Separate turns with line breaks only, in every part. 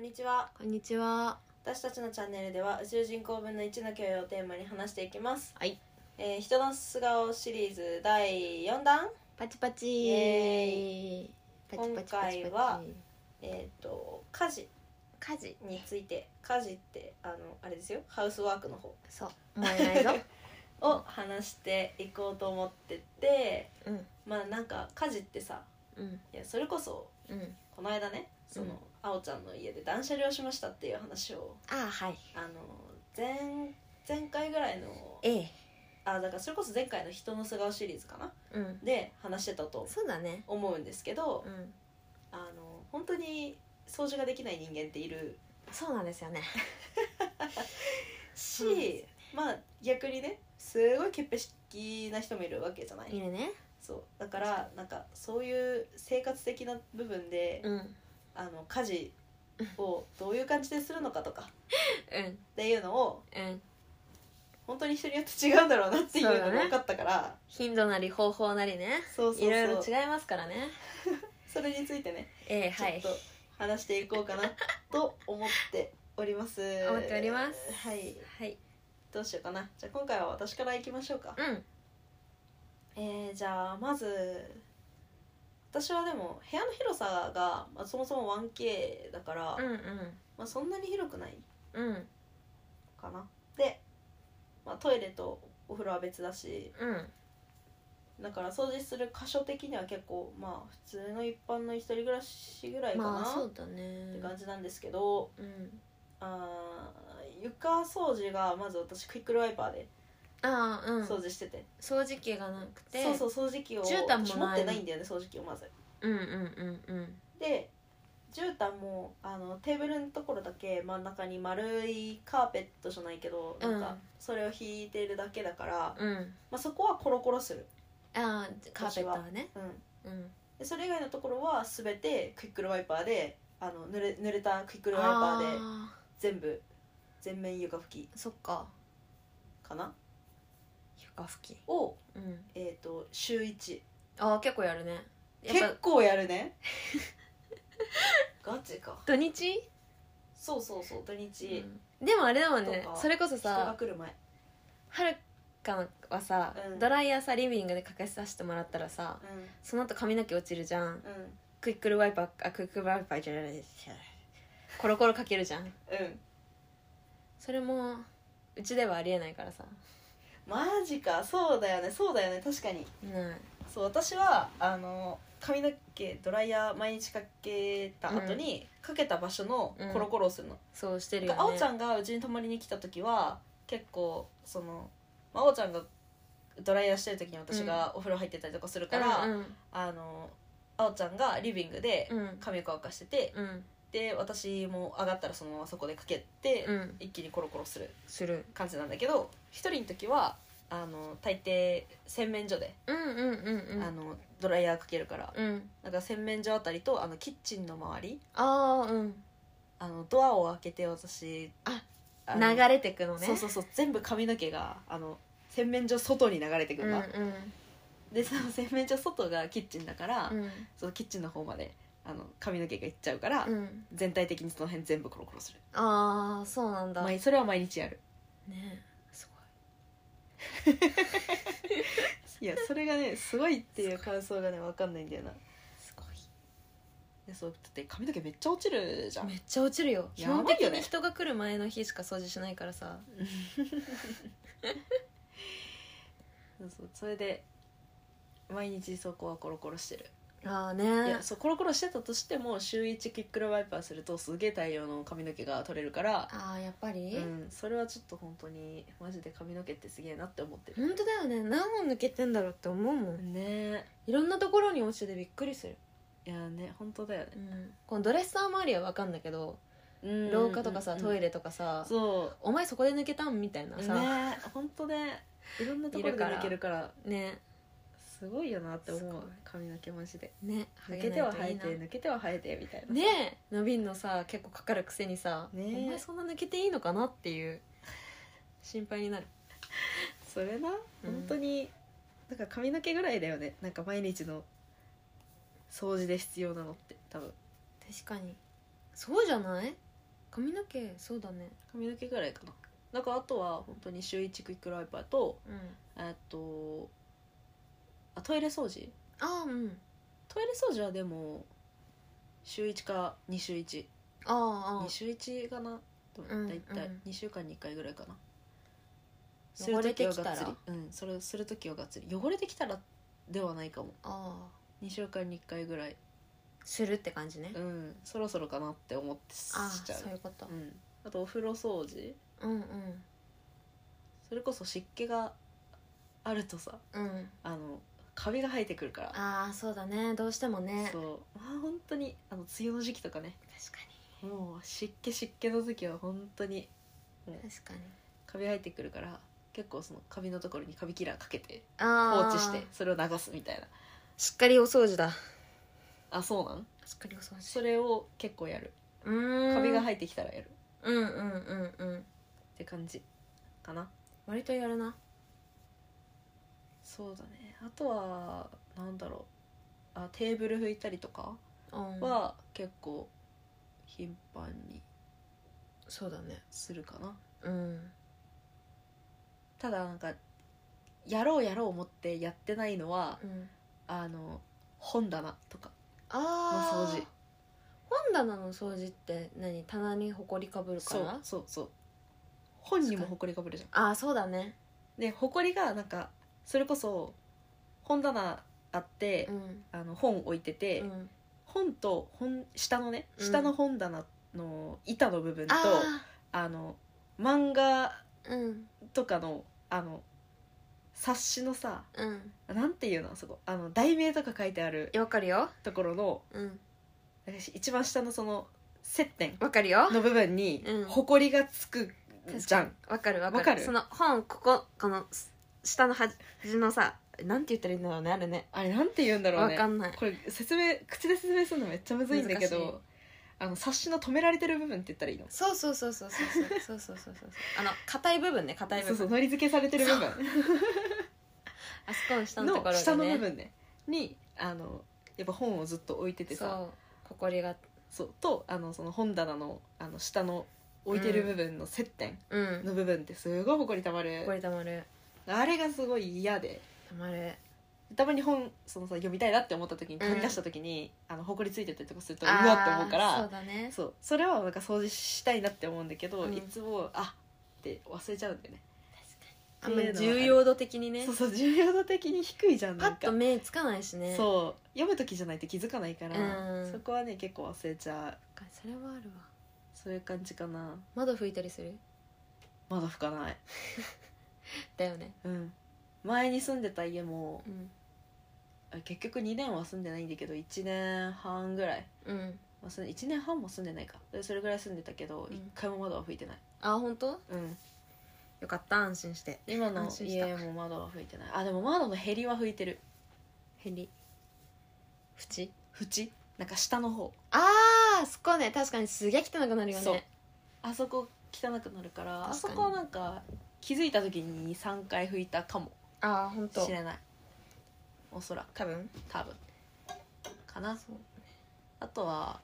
にちは
こんにちは。
私たちのチャンネルでは宇宙人口分の1の教養をテーマに話していきます、
はい。
えー、人の素顔シリーズ第4弾
パチパチ
イエ
パチパチパチ
今回
パ
は
チ。
えっ、と家事
家事。
について家事ってあのあれですよハウスワークの方
そう。燃え ないぞ。
を話していこうと思ってて
うん。
まあなんか家事ってさ
うん。
いやそれこそ
うん。
この間ねその、
うん
あおちゃんの家で断捨離をしましたっていう話を
ああ、はい。
あの前前回ぐらいの
ええ。
あだからそれこそ前回の「人の素顔」シリーズかな
うん。
で話してたと
そうだね。
思うんですけど
うん。
あの本当に掃除ができない人間っている
そうなんですよね。そう
し
で、
まあ逆にねすごい潔癖な人もいるわけじゃない、
いるね。
そうだからなんかそういう生活的な部分で、
うん。うん。
あの家事をどういう感じでするのかとかっていうのを
うん。
本当に人によって違うんだろうなっていうの
そう
が
だね
分かったから
頻度なり方法なりね。
そう,、そうそう
いろいろ違いますからね。
それについてね
ええ、
ち
は
ょっ
い
と。話していこうかなと思っております。
思っております
はい、
はい。
どうしようかな。じゃあ今回は私から行きましょうか。
うん。
えー、じゃあまず私はでも部屋の広さが、まあ、そもそも 1K だから、
うん
まあ、そんなに広くない
うん。うん。
かな。で、まあ、トイレとお風呂は別だし
うん。
だから掃除する箇所的には結構まあ普通の一般の一人暮らしぐらいかな、
まあ、そうだ
って
ね。
感じなんですけど。
うん。
あー床掃除がまず私クイックルワイパーで
ああ、うん。
掃除してて、
掃除機がなくて。
そうそう掃除機を
絨毯もない
私持ってないんだよね掃除機をまず
うんうんうんうん
で絨毯もあのテーブルのところだけ真ん中に丸いカーペットじゃないけどなん
う
か
ん
それを引いてるだけだから、ま
うん
あ、そこはコロコロする、
ああカーペットはね
うん、
うん
でそれ以外のところは全てクイックルワイパーであの濡れ濡れたクイックルワイパーで
あ
全部全面床拭き
ーそっか
かな
床拭き
を、
うん
えー、と週1
ああ結構やるねやっぱ
結構やる ねガチか
土日、
そうそうそう土日、
でもあれだもんね
とか
それこそ
人が
さ
来る前
はるかはさ、
うん
ドライヤーさリビングでかけさせてもらったらさその後髪の毛落ちるじゃん
うんうん
クイックルワイパーあクイックルワイパーじゃないコロコロかけるじゃん
うん
それもうちではありえないからさ
マジかそうだよねそうだよね確かに
ない
そう私はあの髪の毛ドライヤー毎日かけた後に、かけた場所の
うん
コロコロをするの、
そうし
な
てる
ん
よ
か
ね
あおちゃんがうちに泊まりに来た時は結構その、まああおちゃんがドライヤーしてる時に私がお風呂入ってたりとかするから、
うんうん
あのあおちゃんがリビングで
うん
髪を乾かしてて、
うん
で私も上がったらそのままそこでかけて、
うん
一気にコロコロする
する
感じなんだけど一人の時はあの大抵洗面所で、
うんうんうん
あのドライヤーかけるから
うんうん
なんか洗面所あたりとあのキッチンの周り
ああうん
あのドアを開けて私
あ
の
流れてくのね
そうそうそう全部髪の毛があの洗面所外に流れてく
うんんう
だ、
ん
でその洗面所外がキッチンだから、
うん
そのキッチンの方まであの髪の毛がいっちゃうから、
うん
全体的にその辺全部コロコロする
ああそうなんだね
毎それは毎日やる
す
いやそれがねすごいっていう感想がね分かんないんだよな
ごいすご
でそうだって髪の毛めっちゃ落ちるじゃん
いめっちゃ落ちるよ基
やばいよ
本
ね
的に人が来る前の日しか掃除しないからさ
そうそうそれで毎日そこはコロコロしてる、
ああ
い
ね
やそうコロコロしてたとしても週1キックルワイパーするとすげえ大量の髪の毛が取れるから、
ああやっぱ
う
り
ん、それはちょっと本当にマジで髪の毛ってすげえなって思ってる
本当だよね何本抜けてんだろうって思うも
ね
ん
え
いろんなところに落ちてびっくりする
いやね本当だよね
うんこのドレッサー周りは分かんだけど
うん
廊下とかさ
うん
トイレとかさ
そ
お前そこで抜けたんみたいな
う
さ
ねえ本当ねいろんなところ
いる
で
から
抜けるから
ね
すごいよなって思
すごいう
髪の毛マジで
ね
抜けては
剥げな
生え
い
て
といいな
抜けては生えてみたいな
ねえ伸びんのさ結構かかるくせにさ、
ねえ
お前そんな抜けていいのかなっていう心配になる
それな
うん
本当に、なんか髪の毛ぐらいだよねなんか毎日の掃除で必要なのって多分
確かにそうじゃない髪の毛そうだね
髪の毛ぐらいかなだからあとは本当に週1クイックライパーと
うん
えっとあトイレ掃除
ああうん
トイレ掃除はでも週1か2週12
ああああ
週1かなと
うん
大体
うん
2週間に1回ぐらいかな
汚れてきたら
する時はがっつりうんそれする時はがっつり汚れてきたらではないかも
あ
2週間に1回ぐらい
あするって感じね
うんそろそろかなって思ってし
あ
ち
あ
ゃう
そういうこと
うん、あとお風呂掃除
うんうん
それこそ湿気があるとさ
うん
あのカビが生えてくるから
ああそうだねどうしてもね
そうあー本当にあの梅雨の時期とかね
確か
もう湿気湿気の時は本当に
に確かに
カビ生えてくるから結構そのカビのところにカビキラーかけて放
ああ
置してそれを流すみたいな
しっかりお掃除だ
あそうなん
しっかりお掃除
それを結構やる
うーん
カビが生えてきたらやる
うんうんうんうん
って感じかな
割とやるな
そうだねあとはなんだろうあテーブル拭いたりとか
うん
は結構頻繁に
そうだね
するかな
うん
ただなんかやろうやろう思ってやってないのは
うん
あの本棚とか
ああ
の掃除
本棚の掃除って何棚にほこりかぶるか
そ
ら
うそうそう本にも埃かぶるじゃん
ああそうだね
で埃がなんかそれこそ本棚あって
う、ん
あの本置いてて、
うん
本と本下のね
うん
下の本棚の板の部分と、あ
あ
の漫画
あうん
とかのあの冊子のさ
うん
なんていうのあそこあの題名とか書いてある
わかるよ
ところの
うん
私一番下のその接点
わかるよ
の部分に
うん
埃がつくじゃん、
わかるわ
わかる
その本こここのす下の端のさなんて言ったらいいんだろうねあれね
あれなんて言うんだろう
わ
ね
かんない
これ説明口で説明するのめっちゃむずいんだけ
難しい
どあの冊子の止められてる部分って言ったらいいの
そうそうそうそうそうそうそうそうそうそうあの硬い部分ね硬い部
そう
分
そうのり付けされてる部分
あそこの下のとこ
の
ろがね
下の部分ねにあのやっぱ本をずっと置いてて
そ
さ
うほこりが
そうとあのその本棚のあの下の置いてる部分の接点
うん
の部分ってすごい埃たまる
ほ、こりたまる
あれがすごい嫌で
たまる
たまに本そのさ読みたいなって思った時に
うん
取り出した時に、あのほこりついてたりとかするとう
あー
わって思うから
そうだね
そうそれはなんか掃除したいなって思うんだけど、
うん
いつもあって忘れちゃうんだよね
あんまり
っていうのはある
重要度的にね
そうそう重要度的に低いじゃん
パ
なん
ッ
か
と目つかないしねう
そう読む時じゃないと気づかないから、
うん
そこはね結構忘れちゃう
それはあるわ
そういう感じかな
窓拭いたりする
まだ拭かない
だよね
うん前に住んでた家も
うん
あ結局2年は住んでないんだけど1年半ぐらい、
うん
まあ、その1年半も住んでないかでそれぐらい住んでたけど、
うん
一回も窓は拭いてない
あ本当
うん
よかった安心して
今の
安心した
家も窓は拭いてないあでも窓のへりは拭いてる
へり縁
縁なんか下の方
あーそこね確かにすげえ汚くなるよ
そう
ね
あそこ汚くなるからあ
確
そ
かに
こはなんか気づいた時に23回拭いたかも
ああ本当
しれないおそらく
多分
多分かな
そう
あとは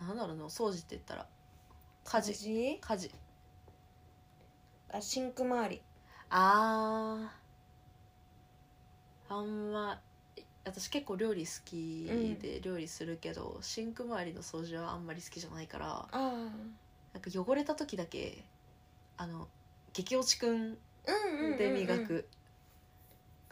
なんだろうねお掃除って言ったら家事
事
家事
あシンク周り
あーあんま私結構料理好きで料理するけど、シンク周りの掃除はあんまり好きじゃないから
ああ
なんか汚れた時だけあの激落ちくん
うんうんうんうん
で磨く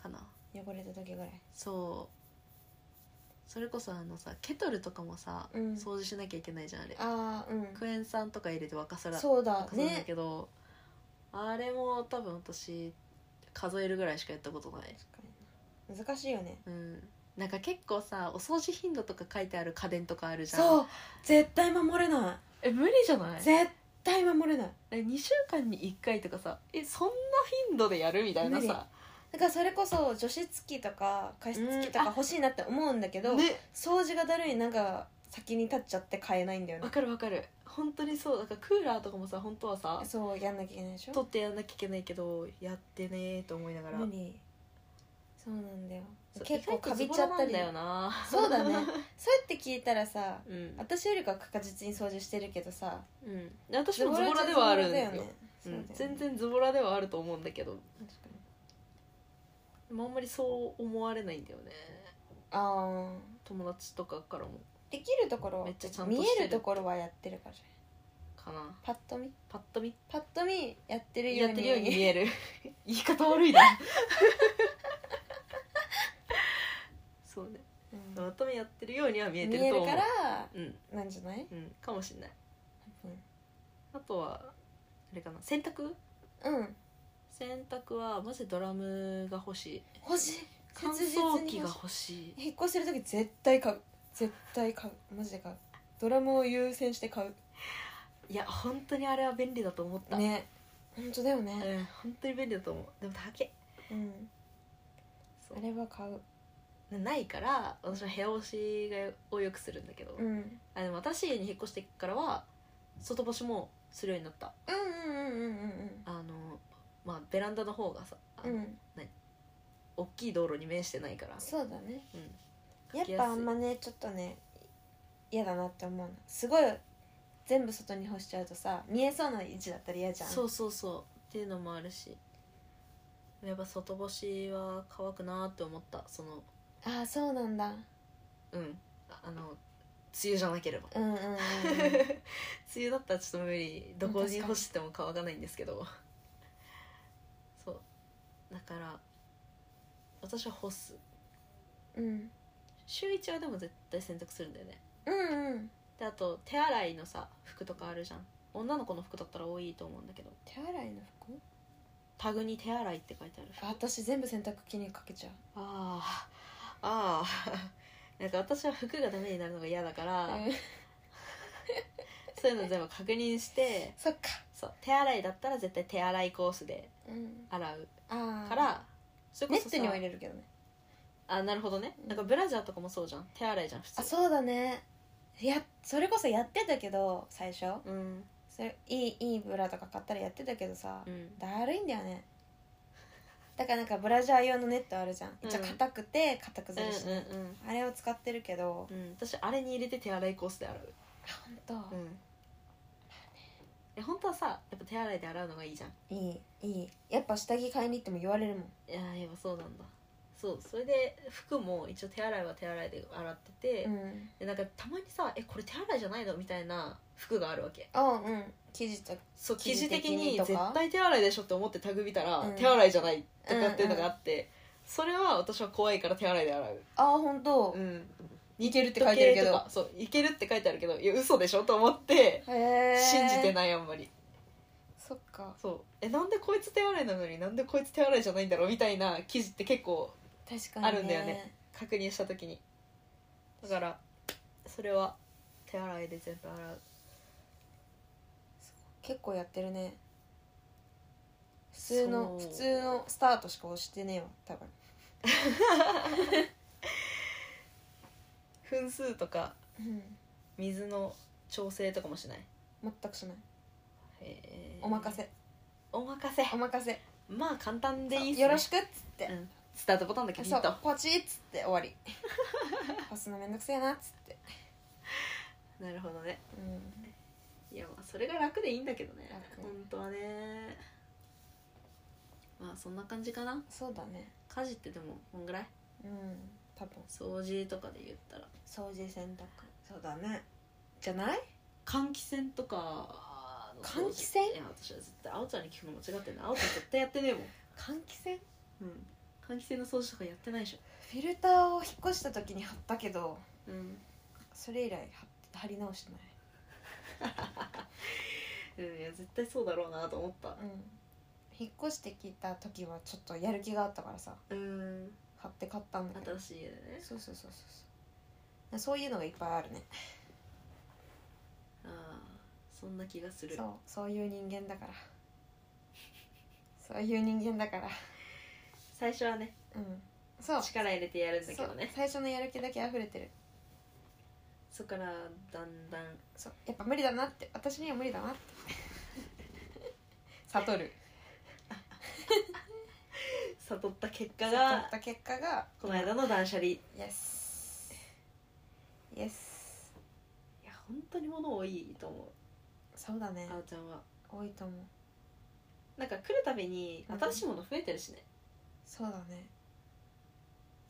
かな、
汚れた時ぐらい
そうそれこそあのさケトルとかもさ、
うん
掃除しなきゃいけないじゃんあれ
ああうん
クエン酸とか入れて沸かさら
そう
沸
だ
かすんだ
ね
けど、あれも多分私数えるぐらいしかやったことない
確かに難しいよね
うんなんか結構さお掃除頻度とか書いてある家電とかあるじゃん
そう絶対守れな
え無理じゃない
い絶対守れない
え2週間に1回とかさえそんな頻度でやるみたいなさ
だからそれこそ除湿機とか加湿器とか
うんあ
欲しいなって思うんだけど、
ね
掃除がだるいなんか先に立っちゃって買えないんだよね
わかるわかる本当にそうだからクーラーとかもさ本当はさ
そうやんなきゃいけないでしょ
取ってやんなきゃいけないけどやってねーと思いながら
無理そうなんだよ
そう
結構
意外
か
と
び
ズ
ちゃった
ボラなん
り
だよな
そうだねそうやって聞いたらさ
うん、
私よりかは確実に掃除してるけどさ
うん、で私もズボラではあるんですよ
ズボラ
う
だよね
ん全然ズボラではあると思うんだけど
そうだよね確かに
でもあんまりそう思われないんだよね
ああ
友達とかからも
できるところ
めっちゃちゃんとして
見
る
えるところはやってるからじゃない
かな
パッと見
パッと見
パッと見やってるよう
やっ
に
てるように見える 言い方悪いな そうね
うん
パッと見やってるようには見え
見
て
え
ると
る
思う
から
うん
なんじゃない
うんかもしんない
多
あとはあれかな洗濯
分うん
洗濯はマジでドラムが欲しい
欲しい
乾
切実に
燥
欲しい
機が欲しい
引っ越してる時絶対買う絶対買うマジで買うドラムを優先して買う
いや本当にあれは便利だと思った、
ね本当だよ
うん
ね、
本当に便利だと思うでも高い
うん、
そう
あれは買う
ないから私は部屋干しがをよくするんだけど、
うん、うん
あでも新しい家に引っ越してからは外干しもするようになった
うんうんうん
あのまあベランダの方がさ、あ
う
の
んうん
大きい道路に面してないから
そうだね
うん
やっぱあんまねちょっとね嫌だなって思うのすごい全部外に干しちゃうとさ見えそうな位置だったら嫌じゃん
そうそうそうっていうのもあるしやっぱ外干しは乾くなーって思ったその
ああそうなんだ
うんああの梅雨じゃなければ
うんうんうんうん
梅雨だったらちょっと無理どこに干しても乾かないんですけどそうだから私は干す
うん
週一はでも絶対洗濯するんだよね
うんうん
であと手洗いのさ服とかあるじゃん女の子の服だったら多いと思うんだけど
手洗いの服
タグに手洗いって書いてある
あ私全部洗濯機にかけちゃう
ああああ なんか私は服がダメになるのが嫌だから、
うん
そういうの全部確認して
そっか
そう手洗いだったら絶対手洗いコースで
うん
洗う
ああ
からそれ
ネ
こそ
ット
さ
には入れるけどね
あなるほどねなんかブラジャーとかもそうじゃん手洗いじゃん普通
あそうだねいやそれこそやってたけど最初
うん
それいいいいブラとか買ったらやってたけどさ、
うん
だるいんだよねだからなんかブラジャー用のネットあるじゃん
うん
一応硬くて硬くずりし
うん
ない、
うん
あれを使ってるけど
うん、うん、私あれに入れて手洗いコースで洗う
あ本
うんえ本当はさやっぱ手洗いで洗うのがいいじゃん
当、いいいいやっぱ下着買いに行っても言われるもん
いやーやっぱそうなんだそうそれで服も一応手洗いは手洗いで洗ってて、
うん
でなんかたまにさ「えこれ手洗いじゃないの?」みたいな服があるわけ
あうん生地と
そう記
生地
事
的
的
に
に
とか
絶対手洗いでしょって思ってタグ見たら、
うん
手洗いじゃないとかっていうのがあって、それは私は怖いから手洗いで洗う
あ本当、
うん
いけるって書いてるけ
時
ど
計とかそういけるって書いてあるけどいや嘘でしょと思って
へえ
信じて
い
ないあんまり
そっか
そうえなんでこいつ手洗いなのになんでこいつ手洗いじゃないんだろうみたいな記事って結構
確かに、ね、
あるんだよね確認した時にだからそれは手洗いで全部洗う
結構やってるね普通の
そう
普通のスタートしか押してねえわ多分
分数とか
うん
水の調整とかもしない、
全くしない
えー
お任せ
お任せ
お任せ
まあ簡単でいいっすね
よろしくっつって、
うんスタートボタンだけピ
そ
ッと
うポチッつって終 わり押すのめんどくせえなっつって
なるほどね
うん
いやまあそれが楽でいいんだけどね
楽
本当はねまあそんな感じかな
そうだね
家事ってでもこんぐらい
うん多分
掃除とかで言ったら
掃除洗濯そうだねじゃない
換気扇とかの掃除
換気扇
いや私は絶対あおちゃんに聞くの間違ってんなあおちゃん絶対やってねえもん
換気扇
うん換気扇の掃除とかやってないでしょ
フィルターを引っ越した時に貼ったけど
うん、
それ以来貼って貼り直してない
いや絶対そうだろうなと思った
うん引っ越してきた時はちょっとやる気があったからさ
うん
貼って買ったんだけど
新しい家でね
そうそうそうそうそうそういうのがいっぱいあるね
ああそんな気がする
そうそういう人間だから そういう人間だから
最初はね
うんそう
力入れてやるんだけど
そう
ね
最初のやる気だけ溢れてる
そこからだんだん
そうやっぱ無理だなって私には無理だなって悟る
悟った結果
悟っ
が
た結果が
この間の断捨離い
イエスイエス
や本当に物多いと思
そうだね
うあおちゃんは
多いと思う
なんか来るたびに
うん
新しいもの増えてるしね、
そうだね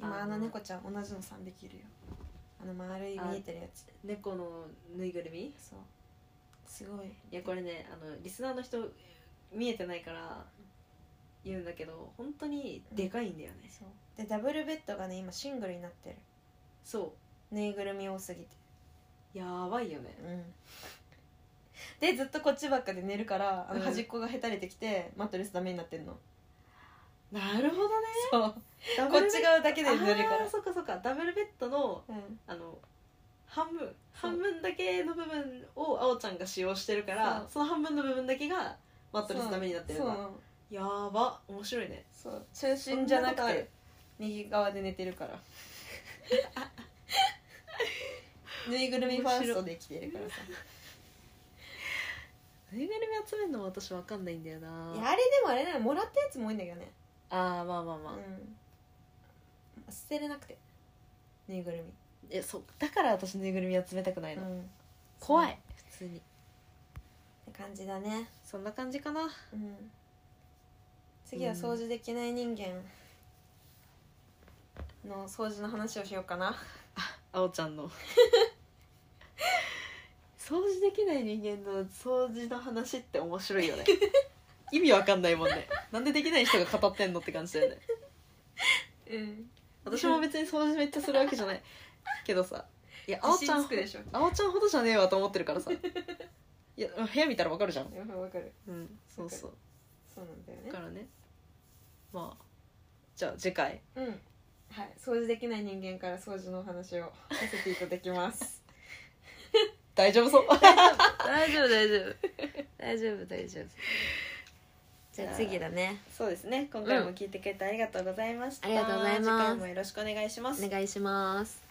あの
今あの猫ちゃん同じの3匹いるよあの丸い
あ
見えてるやつ
猫のぬいぐるみい
そうすごい
やこれねあのリスナーの人見えてないから言うんだけど本当にでかいんだよね、
そうでダブルベッドがね今シングルになってる
そ
ぬいぐるみ多すぎて
うやばいよね
うんでずっとこっちばっかで寝るからあ
う
の
ん
端っこがへたれてきて、マットレスダメになってんの
なるほどね
そう
ダ
こ
ブルベッ
っち側だけで寝るか
あーそっかそっかダブルベッドの
らうん
あの半分半分だけの部分をあおちゃんが使用してるから
そう
その半分の部分だけがマットレスダメになってるん
そう
だやーば面白いね
そうそう中心じゃなく
そんなことあ
て
る
右側で寝てるからぬいぐるみファーストできてるからさ
ぬいぐるみ集めるのも私わかんないんだよない
やあれでもあれだよもらったやつも多いんだけどね
あーまあまあまあ、
うん、捨てれなくてぬいぐる
えそうだから私ぬいぐるみ集めたくな
み、
いの、
ん、
怖い普通に
って感じだね、
そんな感じかな
うん、次は掃除できない人間の掃除の話をしようかな
あおちゃんの 掃除できない人間の掃除の話って面白いよね 意味わかんないもんねなんでできない人が語ってんのって感じだよね
うん
私も別に掃除めっちゃするわけじゃないけどさいやあおちゃん
つくでしょ
あおちゃんほどじゃねえわと思ってるからさいや部屋見たらわかるじゃん
やっぱ わかる
うんそうそう
そうなんだよ
だ
ね
からねまあじゃあ次回
うんはい掃除できない人間から掃除の話をさせていただきます
大丈夫そう
大丈夫大丈夫大丈夫大丈夫じゃあ次だね
そうですね今回も聞いてくれてありがとうございました、
うんありがとうございます
次回もよろしくお願いします
お願いします